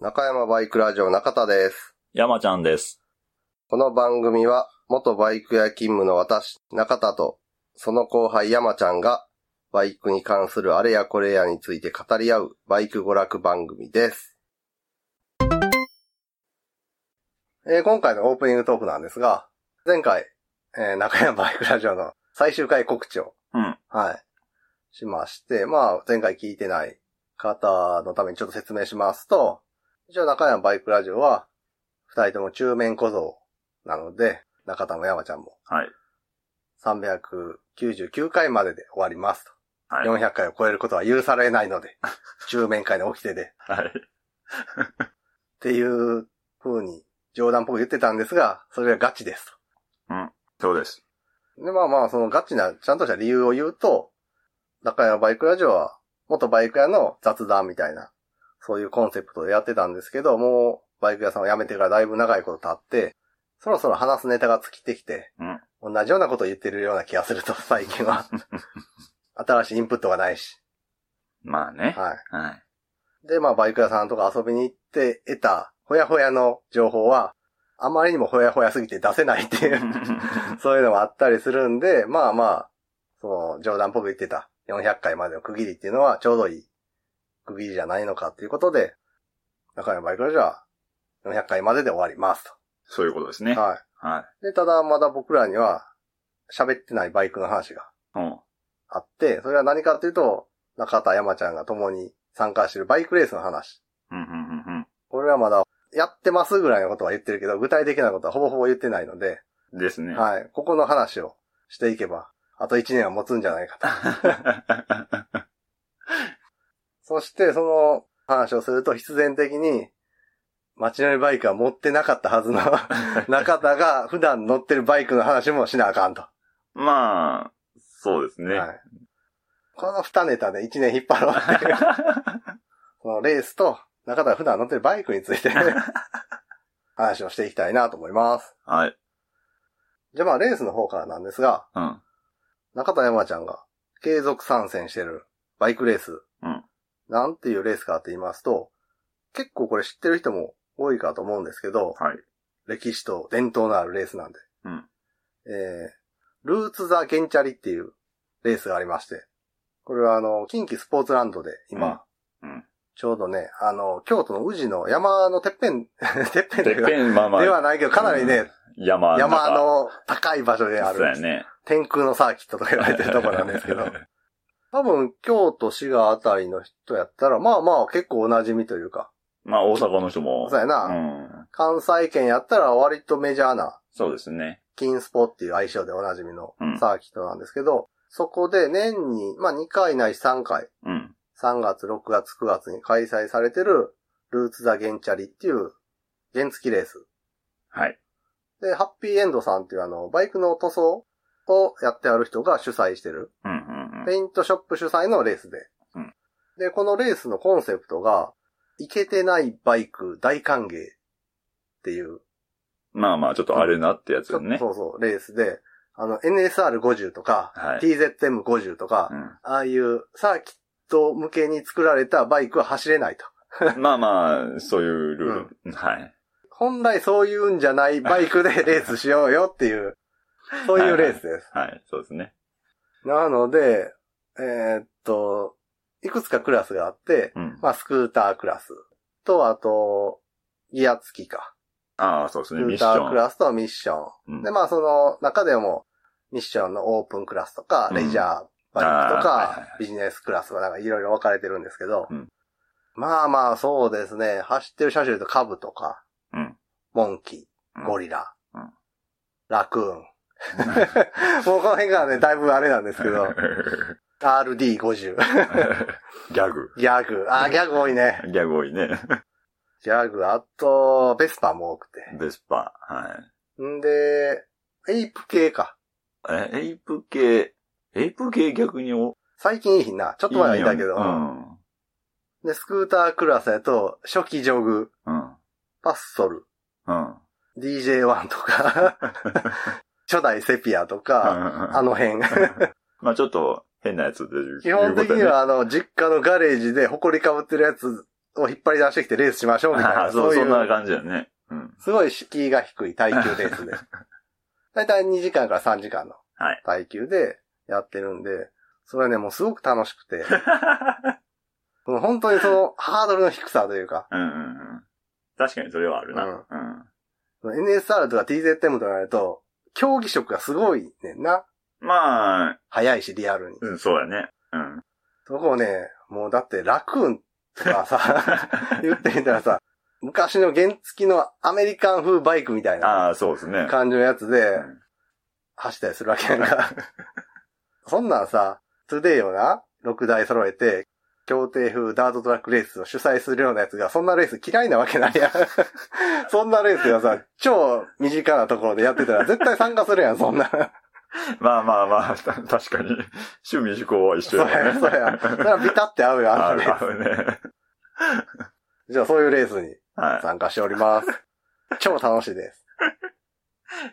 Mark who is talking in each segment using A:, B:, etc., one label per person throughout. A: 中山バイクラジオ中田です。
B: 山ちゃんです。
A: この番組は、元バイク屋勤務の私、中田と、その後輩山ちゃんが、バイクに関するあれやこれやについて語り合う、バイク娯楽番組です。えー今回のオープニングトークなんですが、前回、えー中山バイクラジオの最終回告知を、
B: うん
A: はい、しまして、まあ、前回聞いてない方のためにちょっと説明しますと、一応中山バイクラジオは、二人とも中面小僧なので、中田も山ちゃんも
B: はい。
A: 399回までで終わりますと。
B: はい。
A: 400回を超えることは許されない ので、中面会の掟で、っ
B: はい。
A: ていう風に冗談っぽく言ってたんですが、それはガチですと。
B: そうです。
A: で、まあまあ、そのガチな、ちゃんとした理由を言うと、中山バイクラジオは、元バイク屋の雑談みたいな、そういうコンセプトでやってたんですけど、もう、バイク屋さんを辞めてからだいぶ長いこと経って、そろそろ話すネタが尽きてきて、同じようなことを言ってるような気がすると、 最近は。新しいインプットがないし。
B: まあね。
A: は
B: はい。
A: い。で、まあ、バイク屋さんとか遊びに行って得た、ほやほやの情報は、あまりにもほやほやすぎて出せないっていう。そういうのもあったりするんで、まあまあ、その冗談っぽく言ってた400回までの区切りっていうのはちょうどいい区切りじゃないのかっていうことで、中山バイクラジオは400回までで終わります
B: そういうことです
A: と。
B: ね。は。
A: はいい。で、ただまだ僕らには喋ってないバイクの話が
B: うん。
A: あって、それは何かっていうと、中田山ちゃんが共に参加してるバイクレースの話。
B: うん、うん、うん、
A: これはまだやってますぐらいのことは言ってるけど、具体的なことはほぼほぼ言ってないので、
B: うん。ですね。
A: はい。ここの話をしていけば、あと1年は持つんじゃないかと。そして、その話をすると必然的に、街乗りバイクは持ってなかったはず の中田が普段乗ってるバイクの話もしなあかんと。
B: まあ、そうですね。
A: はい、この二ネタで1年引っ張ろうって いうそのレースと中田が普段乗ってるバイクについて 話をしていきたいなと思います。
B: はい。
A: じゃあまあレースの方からなんですが、
B: うん。
A: 中田山ちゃんが継続参戦してるバイクレース。
B: うん
A: なんていうレースかって言いますと、結構これ知ってる人も多いかと思うんですけど、
B: はい。
A: 歴史と伝統のあるレースなんで。
B: うん
A: えー、ルーツ・ザ・ゲンチャリっていうレースがありまして、これはあの、近畿スポーツランドで今、
B: うんうん
A: ちょうどね、あの、京都の宇治の山のてっぺん、 てっぺんと
B: て
A: い
B: っ
A: うか
B: ぺん、まあま
A: では
B: あ、
A: ないけど、かなりね、
B: 山の中。
A: 山の高い場所であ
B: そう
A: る
B: や、ね。
A: 天空のサーキットとか言われてるところなんです けど、多分、京都、滋賀あたりの人やったら、まあまあ結構お馴染みというか、
B: まあ、大阪の人も。
A: そうやな
B: うん。
A: 関西圏やったら割とメジャーな、
B: そうですね。
A: 金スポっていう愛称でおなじみの
B: うん
A: サーキットなんですけど、そこで年に、まあ2回ないし3回、
B: うん。
A: 3月、6月、9月に開催されてる、ルーツ・ザ・ゲンチャリっていう、原付きレース。
B: はい。
A: で、ハッピーエンドさんっていうあの、バイクの塗装をやってある人が主催してる、
B: うん、うん、
A: ペイントショップ主催のレースで。
B: うん
A: で、このレースのコンセプトが、いけてないバイク大歓迎っていう、
B: うん。まあまあ、ちょっとあれなってやつ
A: ちょ
B: よ
A: っと
B: ね。
A: そうそう、レースで、あの、NSR50 とか、
B: はい
A: TZM50 とか、
B: う
A: ああいうサーキット向けに作られたバイクは走れないと。
B: ん。まあまあ、そういうルール。はい。
A: 本来そういうんじゃないバイクでレースしようよっていう、そういうレースです。
B: はい。そうですね。
A: なので、えーっと、いくつかクラスがあって、
B: うん。
A: まあ、スクータークラスと、あと、ギア付きか。
B: ああ、そうです
A: ス
B: ね。
A: ク
B: ミッ
A: ー
B: シ
A: タ
B: ョ
A: ー
B: ン。
A: クラスとミッショ
B: うん
A: ン。で、まあ、その中でも、ミッションのオープンクラスとか
B: う、ん
A: レジャーバイクと
B: あーはいはい
A: か
B: は、
A: ビジネスクラスとか、なんかいろいろ分かれてるんですけど
B: うん、
A: まあまあ、そうですね。走ってる車種で言うと、カブとか
B: うん、
A: モンキ
B: うん
A: ー、ゴリラ
B: うん、
A: ラク ーン。もうこの辺がね、だいぶあれなんですけど、RD50、
B: ギャグ。
A: ギャグ。あー、ギャグ多いね。
B: ギャグ多 いね。
A: ギャグ、あと、ベスパーも多くて。
B: ベスパ。は
A: んで、エイプ系か。
B: い。え、エイプ系。エイプ系逆にお、
A: 最近いいひんな。ちょっと前はいいんだけど。
B: うん。
A: で、スクータークラスやと、初期ジョグ、
B: うん。
A: パッソル、
B: うん。
A: DJ1 とか、 初代セピアとか、あ
B: あ、
A: の辺。
B: まあちょっと変なやつで
A: 基本的に
B: 言うこ
A: はあの、実家のガレージで埃かぶってるやつを引っ張り出してきてレースしましょうみ たいな、
B: そ、
A: そううい
B: そんな
A: う、
B: 感じだよね。うん。
A: すごい敷居が低い耐久レースで。だいたい2時間から3時間の
B: はい
A: 耐久でやってるんで、それはね、もうすごく楽しくて、その本当にそのハードルの低さというか、
B: うんうんうん。確かにそれはあるな。うん。
A: その NSR とか TZM とかやると、競技色がすごいねんな。
B: まあ、
A: 早いし、リアルに。
B: うん、そうだね。うん。
A: そこをね、もうだってラクーンとかさ、 言ってみたらさ、昔の原付きのアメリカン風バイクみたいな
B: ああ、そうですね。
A: 感じのやつで
B: うん
A: 走ったりするわけやんか。 そんなんさ、トゥデイをな、6台揃えて、協定風ダートトラックレースを主催するようなやつが、そんなレース嫌いなわけないやん。 そんなレースがさ、超身近なところでやってたら絶対参加するやん、そんな。
B: まあまあまあ、た確かに、趣味趣向は一
A: そ
B: 緒
A: う
B: だ
A: や、
B: ね。
A: そうや。それはビタって合うよ、あ
B: あ
A: んな
B: る
A: レー
B: あ
A: ス。
B: るね。
A: じゃあそういうレースに
B: は
A: 参加しております。超楽しいです。
B: い。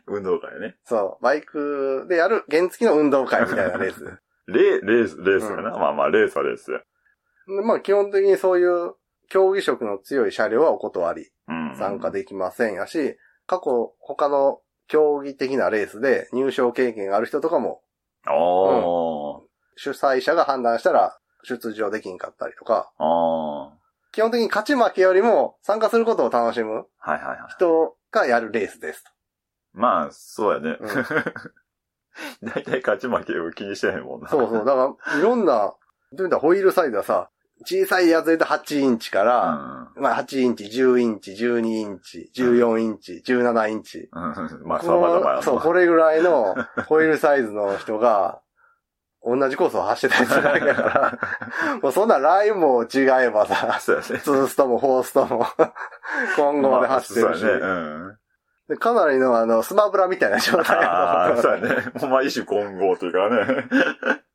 B: 運動会ね。
A: そう、バイクでやる原付きの運動会みたいなレース。で
B: レー、レース、レースやな。まあまあ、レースはレースや。
A: まあ基本的にそういう競技色の強い車両はお断り、
B: うん。
A: 参加できませんやし、過去他の競技的なレースで入賞経験がある人とかも
B: おー。
A: 主催者が判断したら出場できんかったりとか、
B: あー。
A: 基本的に勝ち負けよりも参加することを楽しむ
B: はいはいはい。
A: 人がやるレースです。
B: まあ、そうやね
A: う。
B: 大体勝ち負けを気にしてへんもんな。
A: そうそう。だから、いろんな、どういうホイールサイズはさ、小さいやつで言うと8インチか
B: う
A: ら、
B: ん。
A: まあ8インチ、10インチ、12インチ、14インチ、17インチ。
B: うんまあ、
A: こ
B: 様々やな
A: の そう、これぐらい のホイールサイズの人が、同じコースを走ってたりするわけだ から、もうそんなラインも違えばさ、
B: そう やね。
A: ツーストもフォーストも、 混合で走ってるし、
B: まあそうやね。うん。
A: でかなりのあの、スマブラみたいな状態
B: あ
A: だ
B: あ、
A: と
B: そ
A: 思
B: うやね。ほんま、一種混合というかね。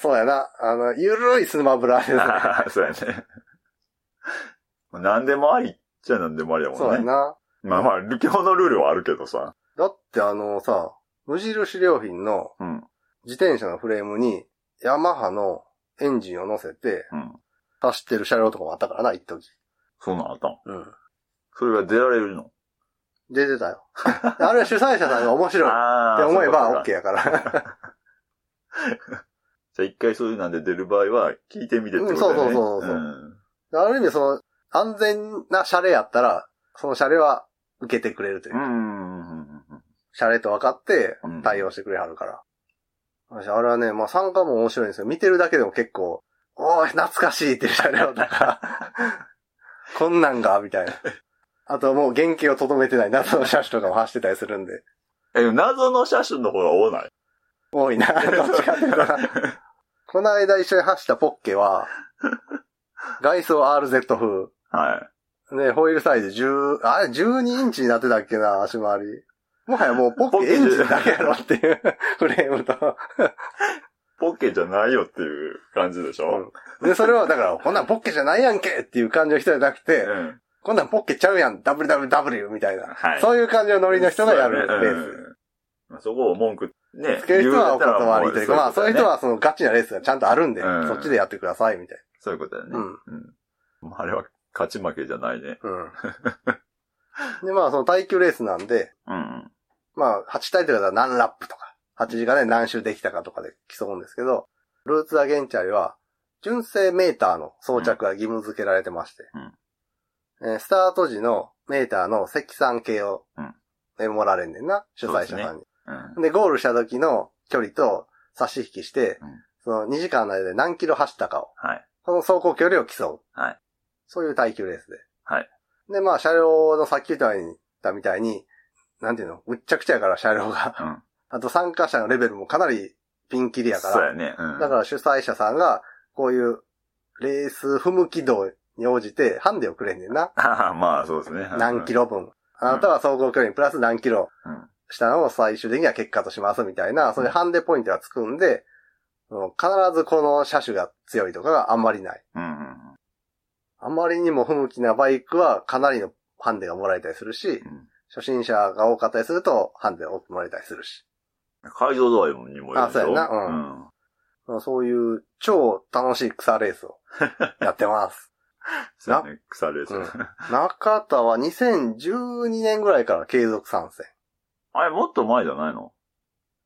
A: そうやな。あの、ゆるいスマブラですね。
B: あ あ、そうやね。何でもありっちゃ何でもありやもんね。
A: そうやな。
B: まあまあ、基本のルールはあるけどさ。
A: だってあのさ、無印良品の
B: うん。
A: 自転車のフレームにヤマハのエンジンを乗せて
B: うん。
A: 走ってる車両とかもあったからな、一時。
B: そうなんあったん。
A: うん。
B: それが出られるの。
A: 出てたよ。 あれは主催者さんが面白いっ
B: あ
A: て思えば
B: ケ
A: OK や
B: ー
A: から。
B: じゃあ一回そういうなんで出る場合は、聞いてみてって
A: う
B: ことだよね。
A: んそうそうそうそう
B: うん
A: ある意味その、安全な車両やったら、その車両は受けてくれるというう。
B: んうんうんうん
A: 車両と分かって
B: うん。
A: 対応してくれはるから。私、あれはね、まあ参加も面白いんですよ。見てるだけでも結構、おい、懐かしいっていう車両とか、 こんなんが、みたいな。あともう原型をとどめてない謎の車種とかも走ってたりするんで、
B: え、謎の車種の方が多ない。
A: 多い な、どっちかっていうとな。この間一緒に走ったポッケは、外装 RZ 風。
B: はい。
A: ね、ホイールサイズ10、あれ12インチになってたっけな、足回り。もはやもうポッケエンジンだけやろっていう フレームと。
B: ポッケじゃないよっていう感じでしょ。
A: で、それはだから、こんなんポッケじゃないやんけっていう感じの人じゃなく
B: う
A: て、
B: ん。
A: こんなんポッケちゃうやん、WWW みたいな。
B: はい。
A: そういう感じのノリの人がやる
B: そう
A: レ
B: やね
A: ース。
B: うんまあそこを文句、ね。
A: つける人はお断りと
B: 言
A: いううか、
B: たら
A: ま
B: も
A: あそういう
B: だ
A: 人
B: よね
A: はそのガチなレースがちゃんとあるんで、
B: うん
A: そっちでやってくださいみたい
B: そういうことだよね。
A: うん
B: うん。あれは勝ち負けじゃないね。
A: な。うん。で、まあその耐久レースなんで、
B: うん。
A: まあ8体とかだったら何ラップとか、8時間で何周できたかとかで競うんですけど、ルーツアゲンチャイは、純正メーターの装着が義務付けられてまして、えースタート時のメーターの積算計を
B: うん、
A: えもられんねんな、主催者
B: そうで
A: さ
B: す
A: んに。
B: うん。
A: で、ゴールした時の距離と差し引きして、
B: うん
A: その2時間の間で何キロ走ったかを、
B: はい。
A: この走行距離を競う。
B: はい
A: そういう耐久レースで。
B: はい
A: で、まあ、車両のさっき言ったみたいに、なんていうの、むっちゃくちゃやから車両が。
B: うん
A: あと参加者のレベルもかなりピンキリやか
B: そう
A: ら。
B: やね。うん。
A: だから主催者さんが、こういうレース不向き度に応じてハンデをくれんねんな。
B: ああ、 まあそうですね。
A: 何キ
B: ロ
A: ロ分。あなたは走行距離にプラス何キロ
B: うん。
A: したのを最終的には結果としますみたいな、そういうハンデポイントがつくんで、その必ずこの車種が強いとかがあんまりない。
B: うんうん
A: あまりにも不向きなバイクはかなりのハンデがもらえたりするし、
B: うん。
A: 初心者が多かったりするとハンデが多くもらえたりするし。
B: 会場度合いにもよるでしょ
A: あそうやなうん
B: うん。
A: そういう超楽しい草レースをやってます。
B: そうね、腐るやつ。
A: うん中田は2012年ぐらいから継続参戦。
B: あれ、もっと前じゃないの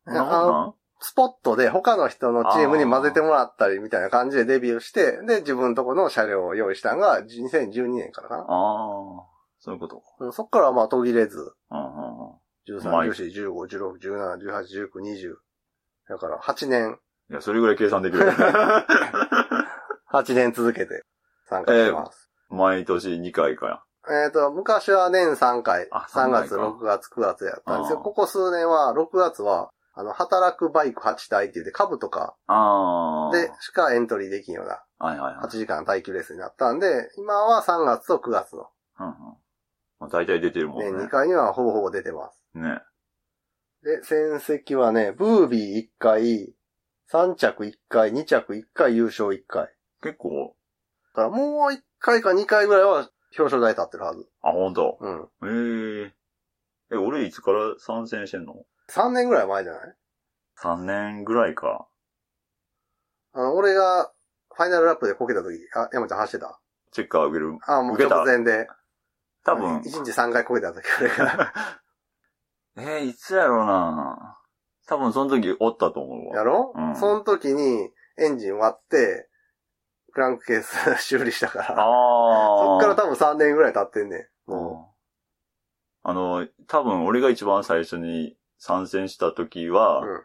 B: そんなことなん
A: スポットで他の人のチームに混ぜてもらったりみたいな感じでデビューして、で、自分とこの車両を用意したのが2012年からかな。
B: ああ、そういうこと
A: うんそっからはまあ途切れず、
B: か。うんうんうん。
A: 13、14、15、16、17、18、19、20。だから8年、
B: いや、それぐらい計算でき る。
A: 8年続けて参加してます。
B: 毎年2回か
A: えっ、と、昔は年3回、
B: あ
A: 3
B: 三回
A: 月、
B: か
A: 6月、9月やったんですけ
B: あ
A: ど、
B: ー。
A: ここ数年は、6月は、あの、働くバイク8体って言って、株とから
B: ああ。
A: で、しかエントリーできんような、
B: はいはいはい
A: 8。時間耐久レースになったんで、今は3月と9月の、
B: うんうんまあ、大体出てるもんね。
A: 年2回にはほぼほぼ出てます。
B: ね。
A: で、戦績はね、ブービー1回、3着1回、2着1回、優勝1回。
B: 結構、
A: だからもう1回か2回ぐらいは表彰台立ってるはず。
B: あ、ほんと。
A: うん。
B: えええ、俺いつから参戦してんの
A: 3年ぐらい前じゃない
B: ?3 年ぐらいか。
A: あの、俺が、ファイナルラップでこけた時、あ、山ちゃん走ってた。
B: チェッカーあげる。
A: あ、もう
B: こけた
A: 直前で。
B: 多分
A: 1、日3回こけた時ぐらいから。
B: えー、いつやろうな多分その時おったと思う
A: や
B: わ。
A: ろ、
B: うん
A: その時に、エンジン割って、クランクケース 修理したから。
B: ああ。
A: そっから多分3年ぐらい経ってんねん。
B: う
A: も
B: んあの、多分俺が一番最初に参戦した時は、
A: うん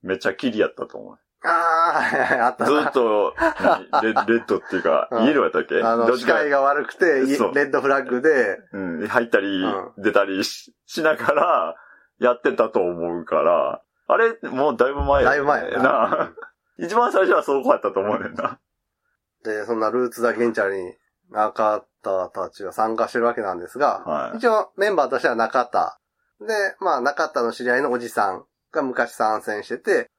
B: めっちゃキリやったと思う。
A: う。あーはい はいはい、あった
B: ずっ
A: な。
B: と、何レレッドっていうか、
A: うん
B: イエローやったっ け
A: あ
B: ど
A: の、
B: っ
A: 視
B: ちか
A: 界が悪くて、いレ
B: そう
A: ッドフラッグで、
B: うん、入ったり
A: うん、
B: 出たりし,、ながら、やってたと思うから、あれ、もうだいぶ前
A: だいぶ前や
B: な。な 一番最初はそうこうやったと思うねんな。
A: で、そんなルーツだけんちゃに、中田たちが参加してるわけなんですが、
B: はい。
A: 一応メンバーとしては中田。で、まあ中田の知り合いのおじさんが昔参戦してて、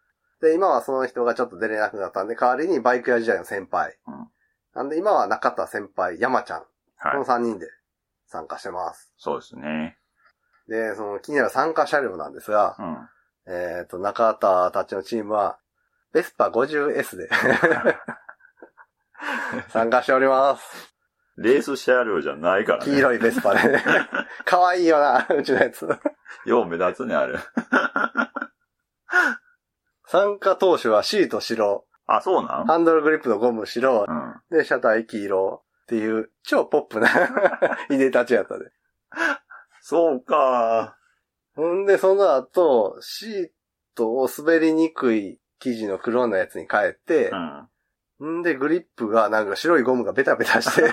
A: で、今はその人がちょっと出れなくなったんで、代わりにバイク屋時代の先輩。
B: うん
A: なんで今は中田先輩、山ちゃん。こ
B: は
A: の
B: い。
A: 3人で参加してます。
B: そうですね。
A: で、その気になる参加車両なんですが、
B: うん。
A: えっ、と、中田たちのチームは、ベスパ 50S で参加しております。
B: レース車両じゃないから
A: 黄
B: ね。
A: 色いベスパ で、ね。かわいいよな、うちのやつ。
B: よう目立つね、あれ。
A: 参加投手はシート白、
B: あ、そうなん
A: ハンドルグリップのゴム白、
B: うん。
A: で、車体黄色っていう、超ポップな いでたちやったで。
B: そうか。
A: ほんで、その後、シートを滑りにくい生地の黒のやつに変えて
B: う、ん。
A: んで、グリップがなんか白いゴムがベタベタして、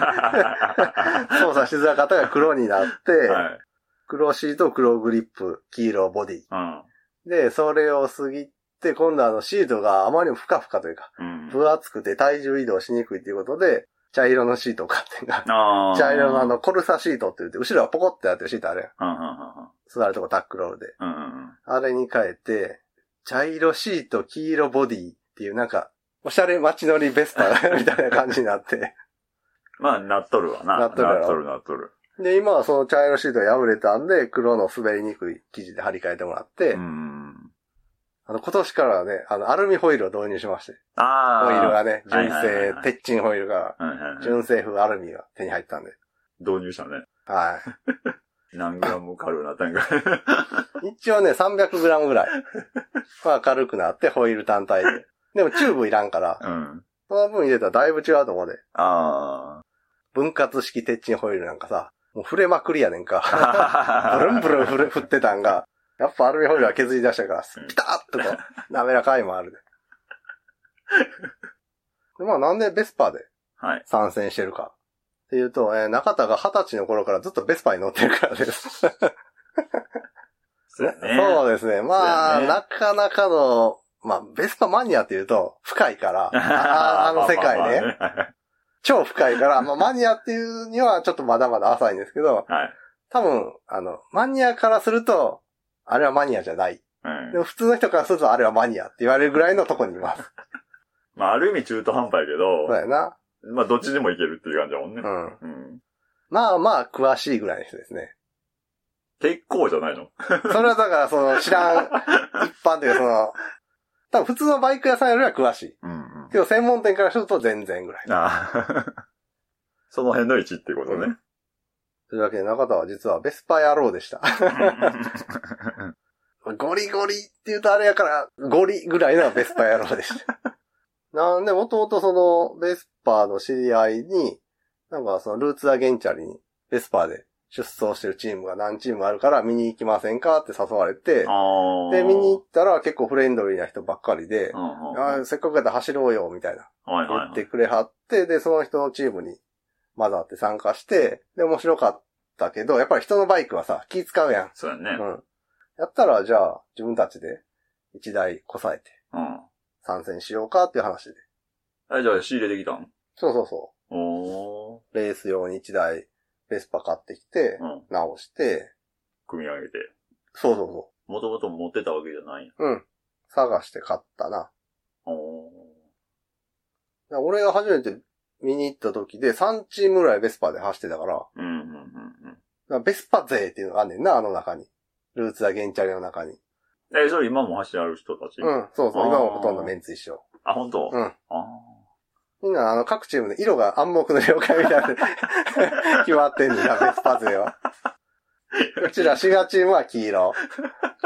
A: 操作しづらかったから黒になって、
B: はい。
A: 黒シート、黒グリップ、黄色ボディ。
B: うん。
A: で、それを過ぎて、今度あのシートがあまりにもふかふかというか、
B: うん。
A: 分厚くて体重移動しにくいということで、茶色のシートを買ってんが、
B: あー
A: 茶色のあの、コルサシートって言って、後ろはポコってなってるシートあれやん。
B: うんうん
A: 座るとこタックロールで。
B: うんうん。うんうん
A: あれに変えて、茶色シート、黄色ボディっていうなんか、おしゃれ街乗りベスパみたいな感じになって。
B: まあ、なっとるわな。
A: なっとるやろ
B: なっとる、なっとる。
A: で、今はその茶色シートが破れたんで、黒の滑りにくい生地で張り替えてもらって、
B: うん。
A: あの、今年からはね、あの、アルミホイルを導入しまして、
B: ああ。
A: ホイルがね、純
B: はいはいはい
A: 正
B: はい、
A: 鉄チンホイルが、
B: はいはいはい。
A: 純正風アルミが手に入ったんで。
B: 導入したね。
A: はい。
B: 何グラムカロリーなったんか。
A: 一応ね、300グラムぐらいは軽くなって、ホイール単体で。でもチューブいらんから、
B: うん。
A: その分入れたらだいぶ違うと思うで。
B: あ
A: 分割式鉄チンホイールなんかさ、もう触れまくりやねんか。
B: あ。
A: ブルン ブルン振れ振ってたんが、やっぱアルミホイールは削り出したから
B: うん、
A: ピタッとこう、滑らかいもあるで。でまあなんでベスパーで
B: はい。
A: 参戦してるか。っていうと、えー中田が二十歳の頃からずっとベスパーに乗ってるからです。
B: そうやね。
A: そうですね。まあ、
B: そうやね
A: なかなかの、まあ、ベスパマニアって言うと、深いから、 ああの世界ね。
B: まあまあまあね。
A: 超深いから、まあ、マニアっていうにはちょっとまだまだ浅いんですけど、
B: はい。
A: 多分、あの、マニアからすると、あれはマニアじゃない。
B: うん
A: でも普通の人からすると、あれはマニアって言われるぐらいのとこにいます。
B: まあ、ある意味中途半端やけ
A: そう
B: ど、
A: やな。
B: まあ、どっちでもいけるっていう感じだもんね
A: う。ん。
B: うん。
A: まあまあ、詳しいぐらいの人ですね。
B: 結構じゃないの
A: それはだから、その、知らん、一般というか、その、多分普通のバイク屋さんよりは詳しい。
B: うんうん。
A: けど、専門店からすると全然ぐらい。
B: ああ。 その辺の位置っていうことね。
A: というわけで中田は実はベスパ野郎でした。 ゴリゴリって言うとあれやから、ゴリぐらいなベスパ野 郎でした。なんで、もともとその、ベスパーの知り合いに、なんかその、ルーツアゲンチャリに、ベスパーで出走してるチームが何チームあるから見に行きませんかって誘われて、
B: ああ。
A: で、見に行ったら結構フレンドリーな人ばっかりで、
B: うんうんうん
A: あーせっかくやったら走ろうよ、みたいな。
B: はい
A: 言
B: はい
A: っ
B: はい。
A: てくれはって、で、その人のチームに混ざって参加して、で、面白かったけど、やっぱり人のバイクはさ、気使うやん。
B: そうやね。
A: うん。やったら、じゃあ、自分たちで一台こさえて
B: うん。
A: 参戦しようかっていう話で。
B: あじゃあ仕入れてきたん
A: そうそうそ
B: おー。
A: う。レース用に一台、ベスパ買ってきて、
B: うん。
A: 直して、
B: 組み上げて。
A: そうそうそ
B: もともと持ってたわけじゃないんや。
A: う。うん。探して買ったな。
B: おー。
A: だから俺が初めて見に行った時で、3チームぐらいベスパで走ってたから、だか
B: うんうんうんうん。
A: らベスパ勢っていうのがあんねんな、あの中に。ルーツやゲンチャリの中に。
B: え、それ今も走りある人たち、
A: うん、そうそう。
B: あー
A: 今もほとんどメンツ一緒。
B: あ、本当
A: うん
B: ああ
A: みんな、あの、各チームで色が暗黙の了解みたいなの で決まってんねんな、ベスパ勢は。うちら、滋賀チームは黄 色。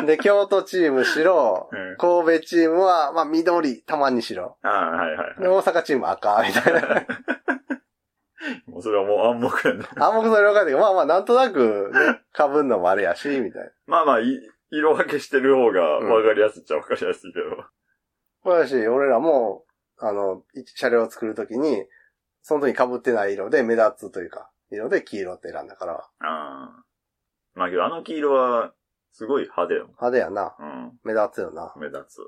A: で、京都チーム白。
B: ー。うん。
A: 神戸チームは、まあ、緑、たまに白。
B: ああ、 はいはい
A: で、大阪チーム赤、みたいな。
B: はい。もうそれはもう暗黙やね。
A: 暗黙の了解で、まあまあ、なんとなく、ね、被んのもあれやし、みたいな。
B: まあまあ、い色分けしてる方が分かりやすいっちゃ分かりやすいけど。
A: これだし、俺らも、あの、一車両を作るときに、その時被ってない色で目立つというか、色で黄色って選んだから、
B: ああ。まあけど、あの黄色は、すごい派手よ。
A: 派手やな。
B: うん。
A: 目立つよな。
B: 目立つ。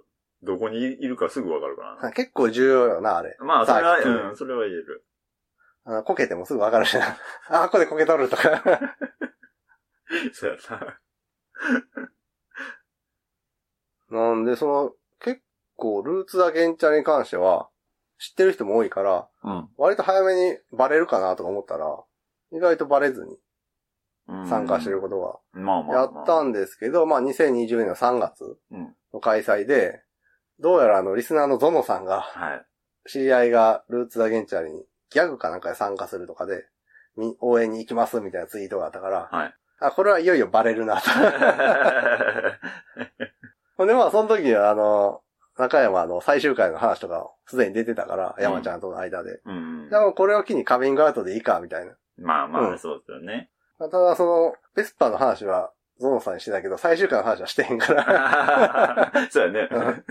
B: どこにいるかすぐ分かるからな。
A: 結構重要よな、あれ。
B: まあ、それは、
A: さあ
B: うん、それは言える。
A: あの、こけてもすぐわかるしな。あ、ここでこけとるとか。
B: そうやな。
A: なんで、その、結構、ルーツだゲンチャに関しては、知ってる人も多いから、
B: うん。
A: 割と早めにバレるかなとか思ったら、意外とバレずに参加してるこ
B: こ
A: とが
B: と。まあまあ、
A: やったんですけど、まあ、2020年の3月
B: うん
A: の開催で、どうやらあの、リスナーのゾノさんが、
B: はい。
A: 知り合いがルーツ・ザ・ゲンチャリにギャグかなんかで参加するとかで、み応援に行きますみたいなツイートがあったから、
B: はい
A: あ、これはいよいよバレるなと。ほんでまあその時はあの、中山の最終回の話とかすでに出てたから、
B: うん
A: 山ちゃんとの間で。
B: うん
A: で。もこれを機にカミングアウトでいいかみたいな。
B: まあまあ、
A: うん
B: そうですよね。
A: まあただその、ベスパの話はゾノさんにしてたけど、最終回の話はしてへん から。
B: そうやね
A: う。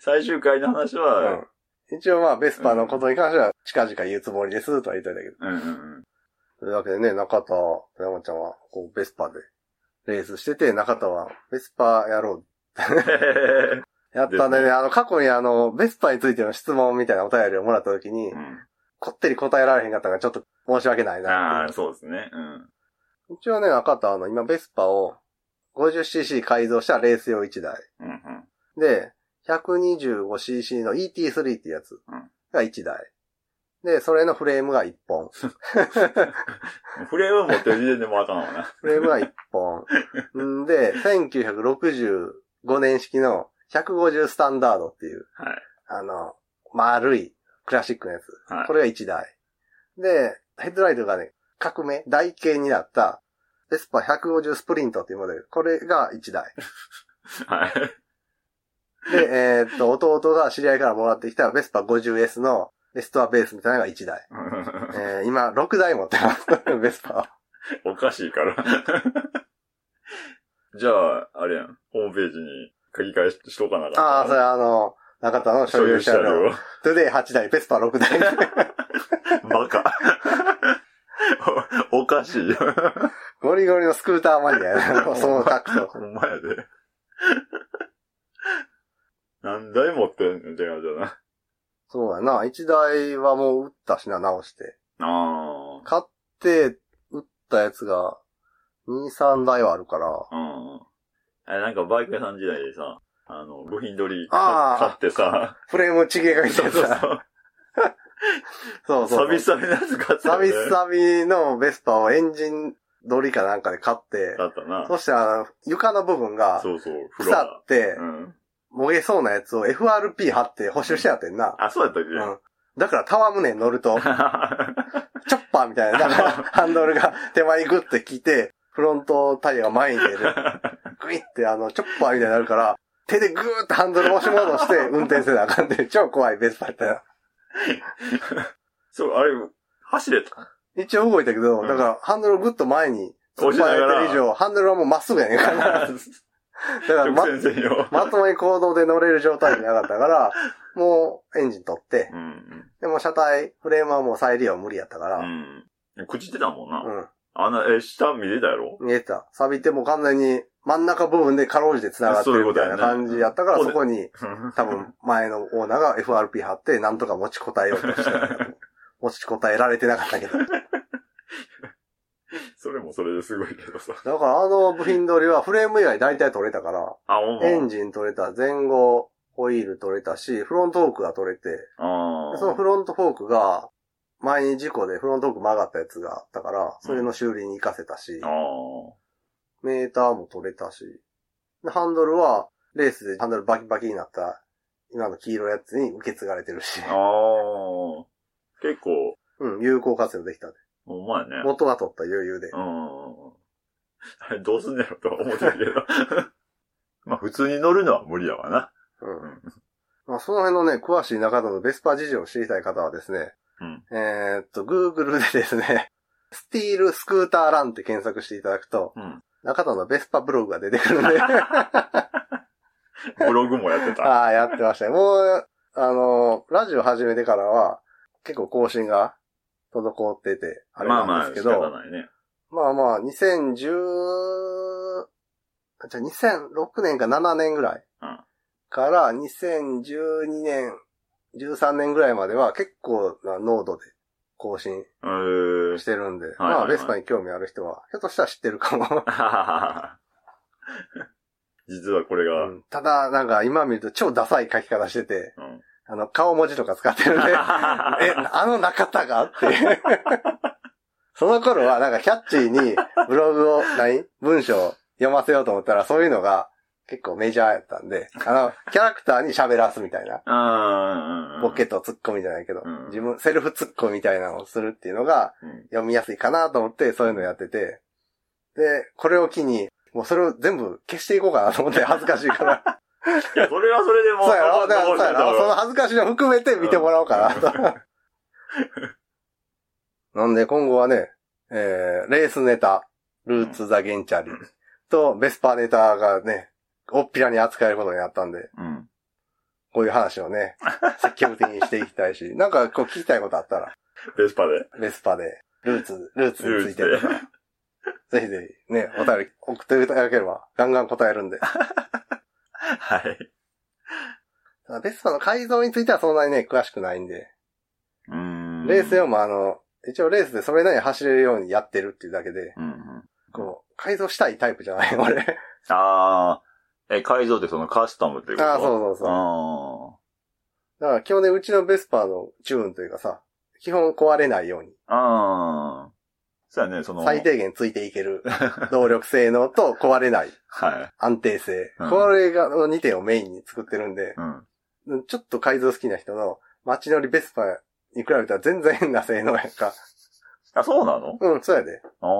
B: 最終回の話は、
A: うん一応まあベスパのことに関しては近々言うつもりですとは言っといたけど。
B: うんうん
A: というわけでね、中田、山ちゃんは、こう、ベスパで、レースしてて、中田は、ベスパやろ
B: うん。
A: う。やったんで
B: です
A: ね、あの、過去にあの、ベスパについての質問みたいなお便りをもらった時に
B: う、ん
A: こってり答えられへんかったから、ちょっと申し訳ないな
B: あ
A: っ
B: あ、そうですね。うん。
A: ていう。一応ね、中田は、あの、今、ベスパを、50cc 改造したレース用1台。
B: うんうん。
A: で、125cc の ET3 ってやつ
B: うん
A: が1台。で、それのフレームが1本。
B: フレーム持ってる時点でもうあかんわな。
A: フレームは1本。んで、1965年式の150スタンダードっていう、
B: はい。
A: あの、丸いクラシックのやつ。
B: はい
A: これが1台。で、ヘッドライトがね、革命、台形になった、ベスパ150スプリントっていうモデル。これが1台。
B: はい。
A: で、えーっと、弟が知り合いからもらってきたベスパ 50S のベストアベースみたいなのが1台。えー今、6台持ってます。 ベスパは。
B: おかしいから。じゃあ、あれやん。ホームページに書き換えししとかなかった。
A: ああ、それあの、中田の所有者の。
B: 所有
A: トゥデイ8台、ベスパ6台。
B: 者料バカ。おおかしいよ。
A: ゴリゴリのスクーターマニア や な、そのタクト。
B: ほんまやで。 何台持ってんのって感じだな。
A: そうやな、1台はもう売ったしな、直して。
B: あ
A: 買って、売ったやつが、2、3台はあるから。
B: あ。うん。あれ、なんかバイク屋さん時代でさ、あの、部品取り
A: あ
B: か
A: ー
B: 買ってさ、
A: フレームちげえかけて
B: そう そう
A: さ。
B: そう。
A: そうそう。
B: 寂しさのやつ買ってたよ
A: サ
B: ね。
A: ビサビのベスパをエンジン取りかなんかで買って、
B: だったな。
A: そしてあの、床の部分が、
B: そうそう。
A: 腐
B: 風呂が。
A: って
B: う、ん。
A: もげそうなやつを FRP 貼って補修してやってんな。
B: あ、そうやったっけ、
A: うん。だから、タワムネ乗ると、チョッパーみたいな、だからハンドルが手前にグッて来て、フロントタイヤが前に出る。グイってあの、チョッパーみたいになるから、手でグーってハンドル押し戻して運転せなあかんで、超怖いベスパやったよ。
B: そう、あれ、走れ た。
A: 一応動いたけど、
B: うん
A: だからハンドルをグッと前に突っ
B: 押しながら
A: 張れてる以上、ハンドルはもうまっすぐやねん から。だからま
B: 直、線専用。
A: まともに行動で乗れる状態じゃなかったから、もうエンジン取って、
B: うん。
A: でも車体、フレームはもう再利用無理やったか
B: う
A: ら、
B: ん。くじってたもんな。
A: うん。
B: あんな、え、下見てたやろ
A: 見えた。錆びても完全に真ん中部分でかろうじて繋がってるみたいな感じやったから、
B: そう
A: そ
B: いうこ
A: こに多。分前のオーナーが FRP 貼ってなんとか持ちこたえようとしたんだと思 う。持ちこたえられてなかったけど。だか
B: それもそれですごいけどさ。
A: らあの部品取りはフレーム以外大体取れたから、
B: あ、ほんま
A: エンジン取れた、前後ホイール取れたし、フロントフォークが取れて、
B: あ
A: で
B: あ。
A: そのフロントフォークが、前に事故でフロントフォーク曲がったやつがあったから、それの修理に活かせたし、
B: ああ。
A: メーターも取れたし、でハンドルは、レースでハンドルバキバキになった、今の黄色いやつに受け継がれてるし、
B: ああ。結構、
A: うん、有効活用できたね。
B: ほんまやね。
A: 元は取った余裕で
B: う。ん。あれどうすん ねやろとは思ってる けど。まあ普通に乗るのは無理やわな。
A: うん。まあ、その辺のね、詳しい中のベスパー事情を知りたい方はですね、
B: うん
A: えーっと、Google でですね、スティールスクーターランって検索していただくと、
B: うん。
A: 中田のベスパブログが出てくるんで、
B: ブログもやってた。
A: ああ、やってましたね。もう、あの、ラジオ始めてからは、結構更新が滞ってて、あれ
B: まあま
A: な
B: あ
A: んで
B: 仕
A: すけど、
B: 方ないね。
A: まあまあ、2010、あじゃあ2006年か7年ぐらい
B: うん
A: から2012年、13年ぐらいまでは結構な濃度で更新
B: うー ん
A: し。てるんで、
B: はい
A: ま
B: は
A: あ、
B: い
A: ベスパに興味ある人は、ひょっとしたら知ってるか も。
B: 実はこれが、
A: うんただ、なんか今見ると超ダサい書き方してて、
B: うん
A: あの、顔文字とか使ってるん で、え、あの中田がって いう。その頃は、なんかキャッチーにブログを、何文章を読ませようと思ったら、そういうのが結構メジャーやったんで、あの、キャラクターに喋らすみたいな。
B: うん。
A: ボケとツッコミじゃないけど
B: うん、
A: 自分、セルフツッコミみたいなのをするっていうのが
B: うん
A: 読みやすいかなと思って、そういうのやってて、で、これを機に、もうそれを全部消していこうかなと思って、恥ずかしいから。
B: いや、それはそれでも
A: そうやろだから
B: ど
A: そうう
B: しよ
A: や
B: うと
A: ろそ
B: 思
A: の
B: う
A: 恥ずかしいの含めて見てもらおうかなと。 なんで今後はね、えー、レースネタ、ルーツ・ザ・ゲンチャリ
B: うん
A: とベスパーネタがね、おっぴらに扱えることになったんで、
B: うん。
A: こういう話をね、積極的にしていきたいし、 なんかこう聞きたいことあったら、
B: ベスパで。
A: ベスパで、ルーツ、ルーツについて
B: ルー
A: と
B: ツ
A: か、ぜひぜひね、お便り送っていただければ、ガンガン答えるんで。
B: はい。
A: ただベスパの改造についてはそんなにね、詳しくないんで、
B: うーん
A: レース用もあの、一応レースでそれなりに走れるようにやってるっていうだけで、
B: うんうん。
A: こう、改造したいタイプじゃない、 俺。
B: あー。え、改造ってそのカスタムってこと
A: ああ、そうそうそう。
B: あ
A: だから基本ね、うちのベスパーのチューンというかさ、基本壊れないように、
B: あ。ああ。そうやね、その。
A: 最。低限ついていける 動力性能と壊れない
B: はい。
A: 安定性。
B: うん
A: これが、の2点をメインに作ってるんで、
B: うん。
A: ちょっと改造好きな人の街乗りベスパーに比べたら全然変な性能やんか。
B: あ、そうなの
A: うん、そうやで。
B: ああ。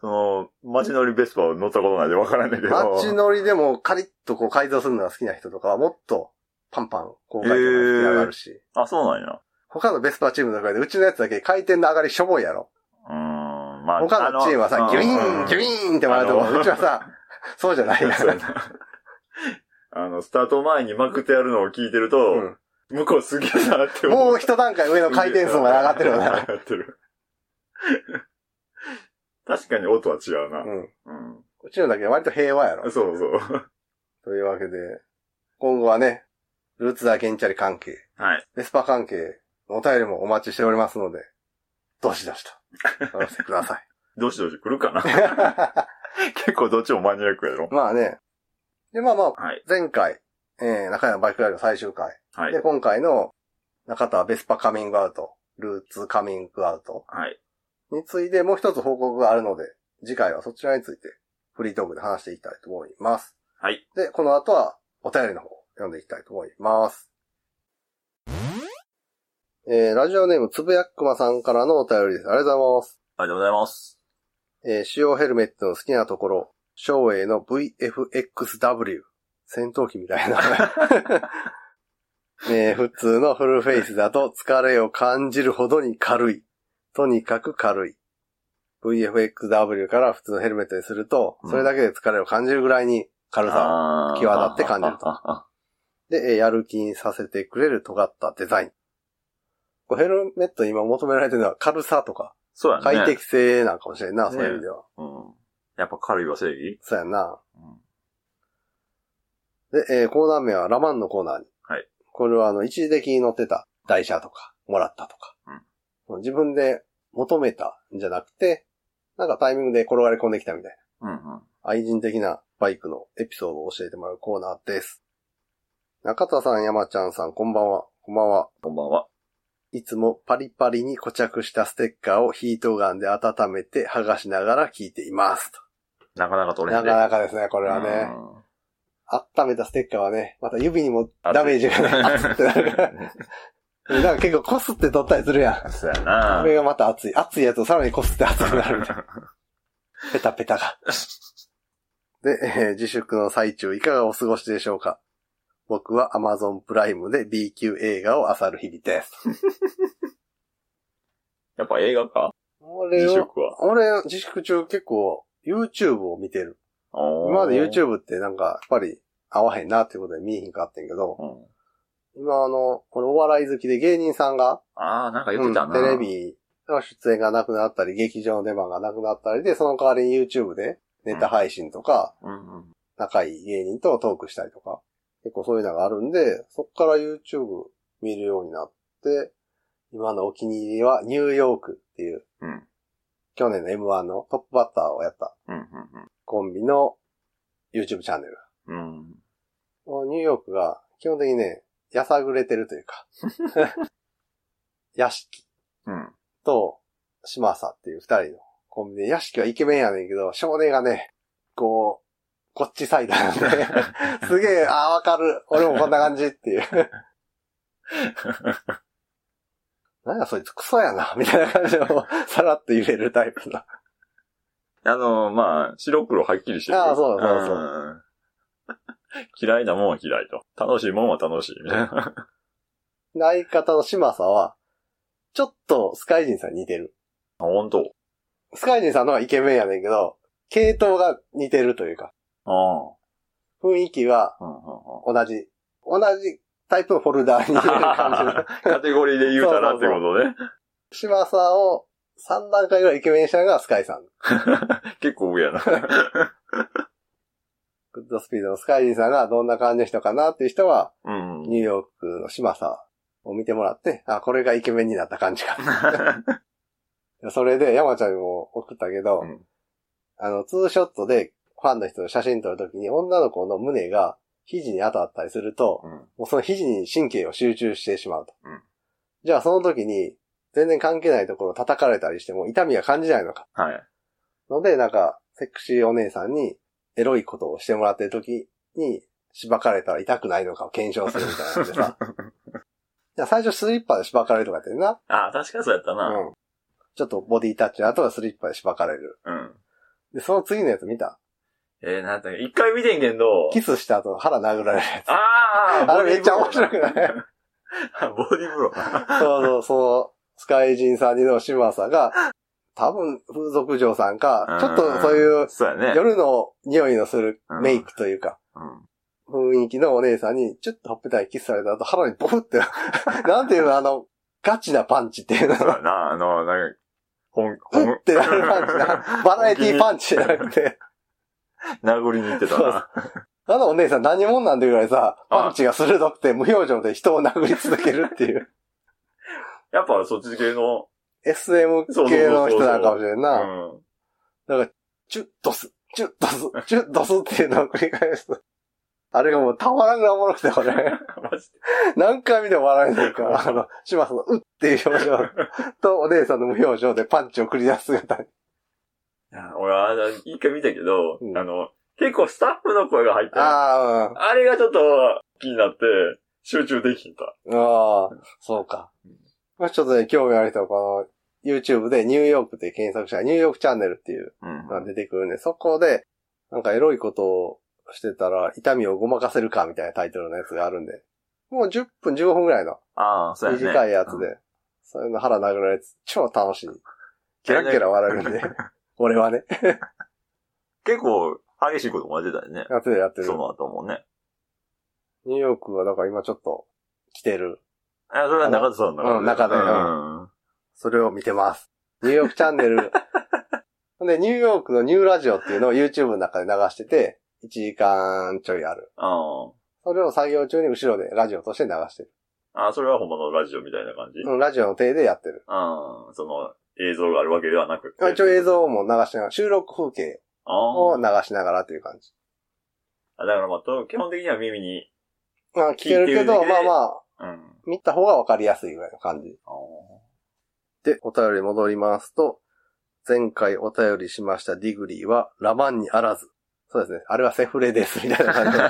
B: その、街乗りベスパを乗ったことないでわからんねんけど。
A: 街乗りでもカリッとこう改造するのが好きな人とかはもっとパンパン高回転が出来上がるし、
B: あ、そうなんや。
A: 他のベスパーチームの中でうちのやつだけ回転の上がりしょぼいやろ。
B: うーん、まあ。
A: 他のチームは
B: あ
A: さ
B: の、
A: ギュイーン、ギュイーンって笑うと
B: あ
A: こ
B: の
A: うちはさ、そうじゃないやん
B: そうやなあの、スタート前にまくってやるのを聞いてる
A: う
B: と
A: ん、
B: 向こうすげえなって思う。
A: もう一段階上の回転数まで上がってるよ
B: 上
A: な。
B: がってる。確かに音は違う
A: う
B: な。
A: ん。
B: うん。
A: うちのだけ割と平和やろ。
B: そうそう。
A: というわけで、今後はね、ルーツだけンチャリ関係、
B: はい。
A: ベスパ関係のお便りもお待ちしておりますので、どしどしと、お寄せください。
B: どしどし来る かな 結構どっちもマニアックやろ。
A: まあね。で、まあまあ、
B: はい。
A: 前回、えー、中山バイクライド最終回。
B: はい
A: で、。今回の中田ベスパカミングアウト、ルーツカミングアウト。
B: はい。
A: についてもう一つ報告があるので、次回はそちらについてフリートークで話していきたいと思います。
B: はい。
A: で、この後はお便りの方を読んでいきたいと思います。えー、ラジオネームつぶやっくまさんからのお便りです。ありがとうございます。
B: ありがとうございます。
A: えー、使用ヘルメットの好きなところ、昭栄の VFXW。戦闘機みたい な。えー普通のフルフェイスだと疲れを感じるほどに軽い。とにかく軽い。VFXW から普通のヘルメットにすると、それだけで疲れを感じるぐらいに軽さ。
B: あー
A: 際立って感じると
B: あああ
A: で、えーやる気にさせてくれる尖ったデザイン。こうヘルメットに今求められてるのは軽さとか、
B: そうやね。
A: 快適性なんかもしれんな、
B: ね
A: そういう意味では。
B: うん。やっぱ軽いは正義
A: そうやんな。
B: うん
A: で、えーコーナー名はラマンのコーナーに。
B: はい
A: これはあの、一時的に乗ってた台車とか、もらったとか。自分で求めたんじゃなくて、なんかタイミングで転がり込んできたみたいな。
B: うんうん。
A: 愛人的なバイクのエピソードを教えてもらうコーナーです。中田さん、山ちゃんさん、こんばんは。こんばんは。
B: こんばんは。
A: いつもパリパリに固着したステッカーをヒートガンで温めて剥がしながら聞いています。
B: なかなか取れへ
A: なんかなかですね、これは
B: ね
A: ね。。温めたステッカーはね、また指にも
B: うん
A: ダメージが ね、熱ってなるから。
B: う
A: だから結構こすって取ったりするやん。
B: んそうや
A: こ
B: な
A: れ。がまた熱い。熱いやつをさらにこすって熱くなるみたいな。ペタペタが。で、えー自粛の最中いかがお過ごしでしょうか僕は Amazon プライムで B 級映画を漁る日々です。
B: やっぱ映画か
A: 俺
B: 自
A: を、
B: 粛は。
A: 俺自粛中結構 YouTube を見てる。
B: おー
A: 今まで。YouTube ってなんかやっぱり合わへんなっていうことで見えへんかってんけど、
B: うん
A: 今あの、これお笑い好きで芸人さんが
B: ああ、なんか言ってたな。
A: うんテレ。ビの出演がなくなったり、劇場の出番がなくなったりで、その代わりに YouTube でネタ配信とか、
B: うんうん。
A: 仲いい芸人とトークしたりとか、結構そういうのがあるんで、そっから YouTube 見るようになって、今のお気に入りはニューヨークっていう、
B: うん。うん
A: 去年の M1 のトップバッターをやった
B: うん
A: コンビの YouTube チャンネル。
B: うん。うん。
A: ニューヨークが基本的にね、やさぐれてるという か、 屋敷
B: うん。
A: と、島佐っていう二人のコンビで、屋敷はイケメンやねんけど、少年がね、こう、こっちサイダー なんで、すげえ、ああ、わかる。俺もこんな感じっていう。なんやそいつクソやな、みたいな感じの、さらっと言えるタイプの。
B: あの、まあ、白黒はっきりしてる。
A: あーそうそうそうん
B: 嫌いなもんは嫌いと。楽しいもんは楽しい。みたいな。
A: で相方の島佐は、ちょっとスカイジンさんに似てる。
B: あ、本当
A: スカイジンさんの方がイケメンやねんけど、系統が似てるというか、
B: あ
A: 雰囲気は
B: あ。うんうんうん
A: 同じ。同じタイプのフォルダーに似てる感じの。
B: カテゴリーで言うたらってことね。
A: 島さんを3段階ぐらいイケメンにしたのがスカイさん。
B: 結構上やな。
A: グッドスピードのスカイジンさんがどんな感じの人かなっていう人は、
B: うん。
A: ニューヨークの島さんを見てもらって、あ、これがイケメンになった感じか。それで山ちゃんにも送ったけど、
B: うん
A: あの、ツーショットでファンの人の写真撮るときに女の子の胸が肘に当たったりすると、
B: うん
A: もうその肘に神経を集中してしまうと。
B: うん
A: じゃあその時に全然関係ないところを叩かれたりしても痛みが感じないのか。
B: はい。
A: ので、なんか、セクシーお姉さんに、エロいことをしてもらってる時に、しばかれたら痛くないのかを検証するみたいなんで さ。いや最初スリッパでしばかれるとかってな。
B: あ、確かそうやった
A: う
B: な。
A: ん。ちょっとボディタッチの後はスリッパでしばかれる。
B: うん。
A: で、その次のやつ見た
B: えー、なんだっけ一回見てんけんど。
A: キスした後腹殴られるやつ。
B: ああ
A: あれめっちゃ面白くない
B: ボディーブロー。
A: そうそう、その、スカイジンさんにの島さんが、多分、風俗嬢さんか、ちょっとそういう、
B: そうやね。
A: 夜の匂いのするメイクというか、
B: うん
A: 雰囲気のお姉さんに、ちょっとほっぺたにキスされた後、腹にボフって、 なんていうの、あの、ガチなパンチっていうの、
B: そうやな、あの、なんか、本、
A: う
B: 本
A: っ、てなるパンチな、バラエティパンチじゃなくて、
B: 殴りに行ってたな。
A: あのお姉さん何者なんていうぐらいさ、
B: あ
A: パンチが鋭くて無表情で人を殴り続けるっていう、
B: やっぱそっち系の、
A: SM
B: そうそうそうそう
A: 系の人なんかもしれん
B: う
A: な。
B: ん。
A: だから、チュッドス、チュッドス、チュッドスっていうのを繰り返す。あれがもうたまらんぐらいおもろくて、これ。
B: マジで。
A: 何回見ても笑えないから、あの、島さんのうっていう表情 とお姉さんの無表情でパンチを繰り出す姿に。
B: いや俺は、あの一回見たけど、
A: うん
B: あの、結構スタッフの声が入ってる
A: ああ、
B: あれがちょっと気になって、集中できひんた。
A: うん。ああ、そうか。もしちょっとね、興味ある人はこの YouTube でニューヨークで検索したらニューヨークチャンネルっていう
B: うん
A: の。が出てくるんで、そこで、なんかエロいことをしてたら痛みをごまかせるかみたいなタイトルのやつがあるんで、もう10分15分ぐらいの
B: ああ、そうやね。
A: 短いやつ
B: うん。
A: で、そういうの腹殴るやつ、超楽 しい。キラッキラ笑えるんで、俺はね、
B: 結構、激しいことも出てたよね。
A: やってるやってる
B: そ。の後もね。
A: ニューヨークはだから今ちょっと来てる。
B: え、それは中田さんの
A: うん中田
B: う。
A: うんそれを見てます。ニューヨークチャンネ ル。で、ニューヨークのニューラジオっていうのを YouTube の中で流してて、1時間ちょいある。
B: あ
A: それを作業中に後ろでラジオとして流してる。
B: あ。あそれはほんまのラジオみたいな感じ。
A: うん、ラジオの手でやってる。
B: ああ、その、映像があるわけではなくて。
A: 一応映像も流しながら、収録風景を
B: あ
A: 流しながらっていう感じ。
B: あ。だからまあ、と基本的には耳に、
A: まあ、聞けるけど、
B: 聞いてるだけで
A: まあまあ、
B: うん。あ
A: 見た方がわかりやすいぐらいの感じ。
B: あ。
A: で、お便り戻りますと、前回お便りしましたディグリーは、ラマンにあらず。そうですね。あれはセフレです、みた いな感じで。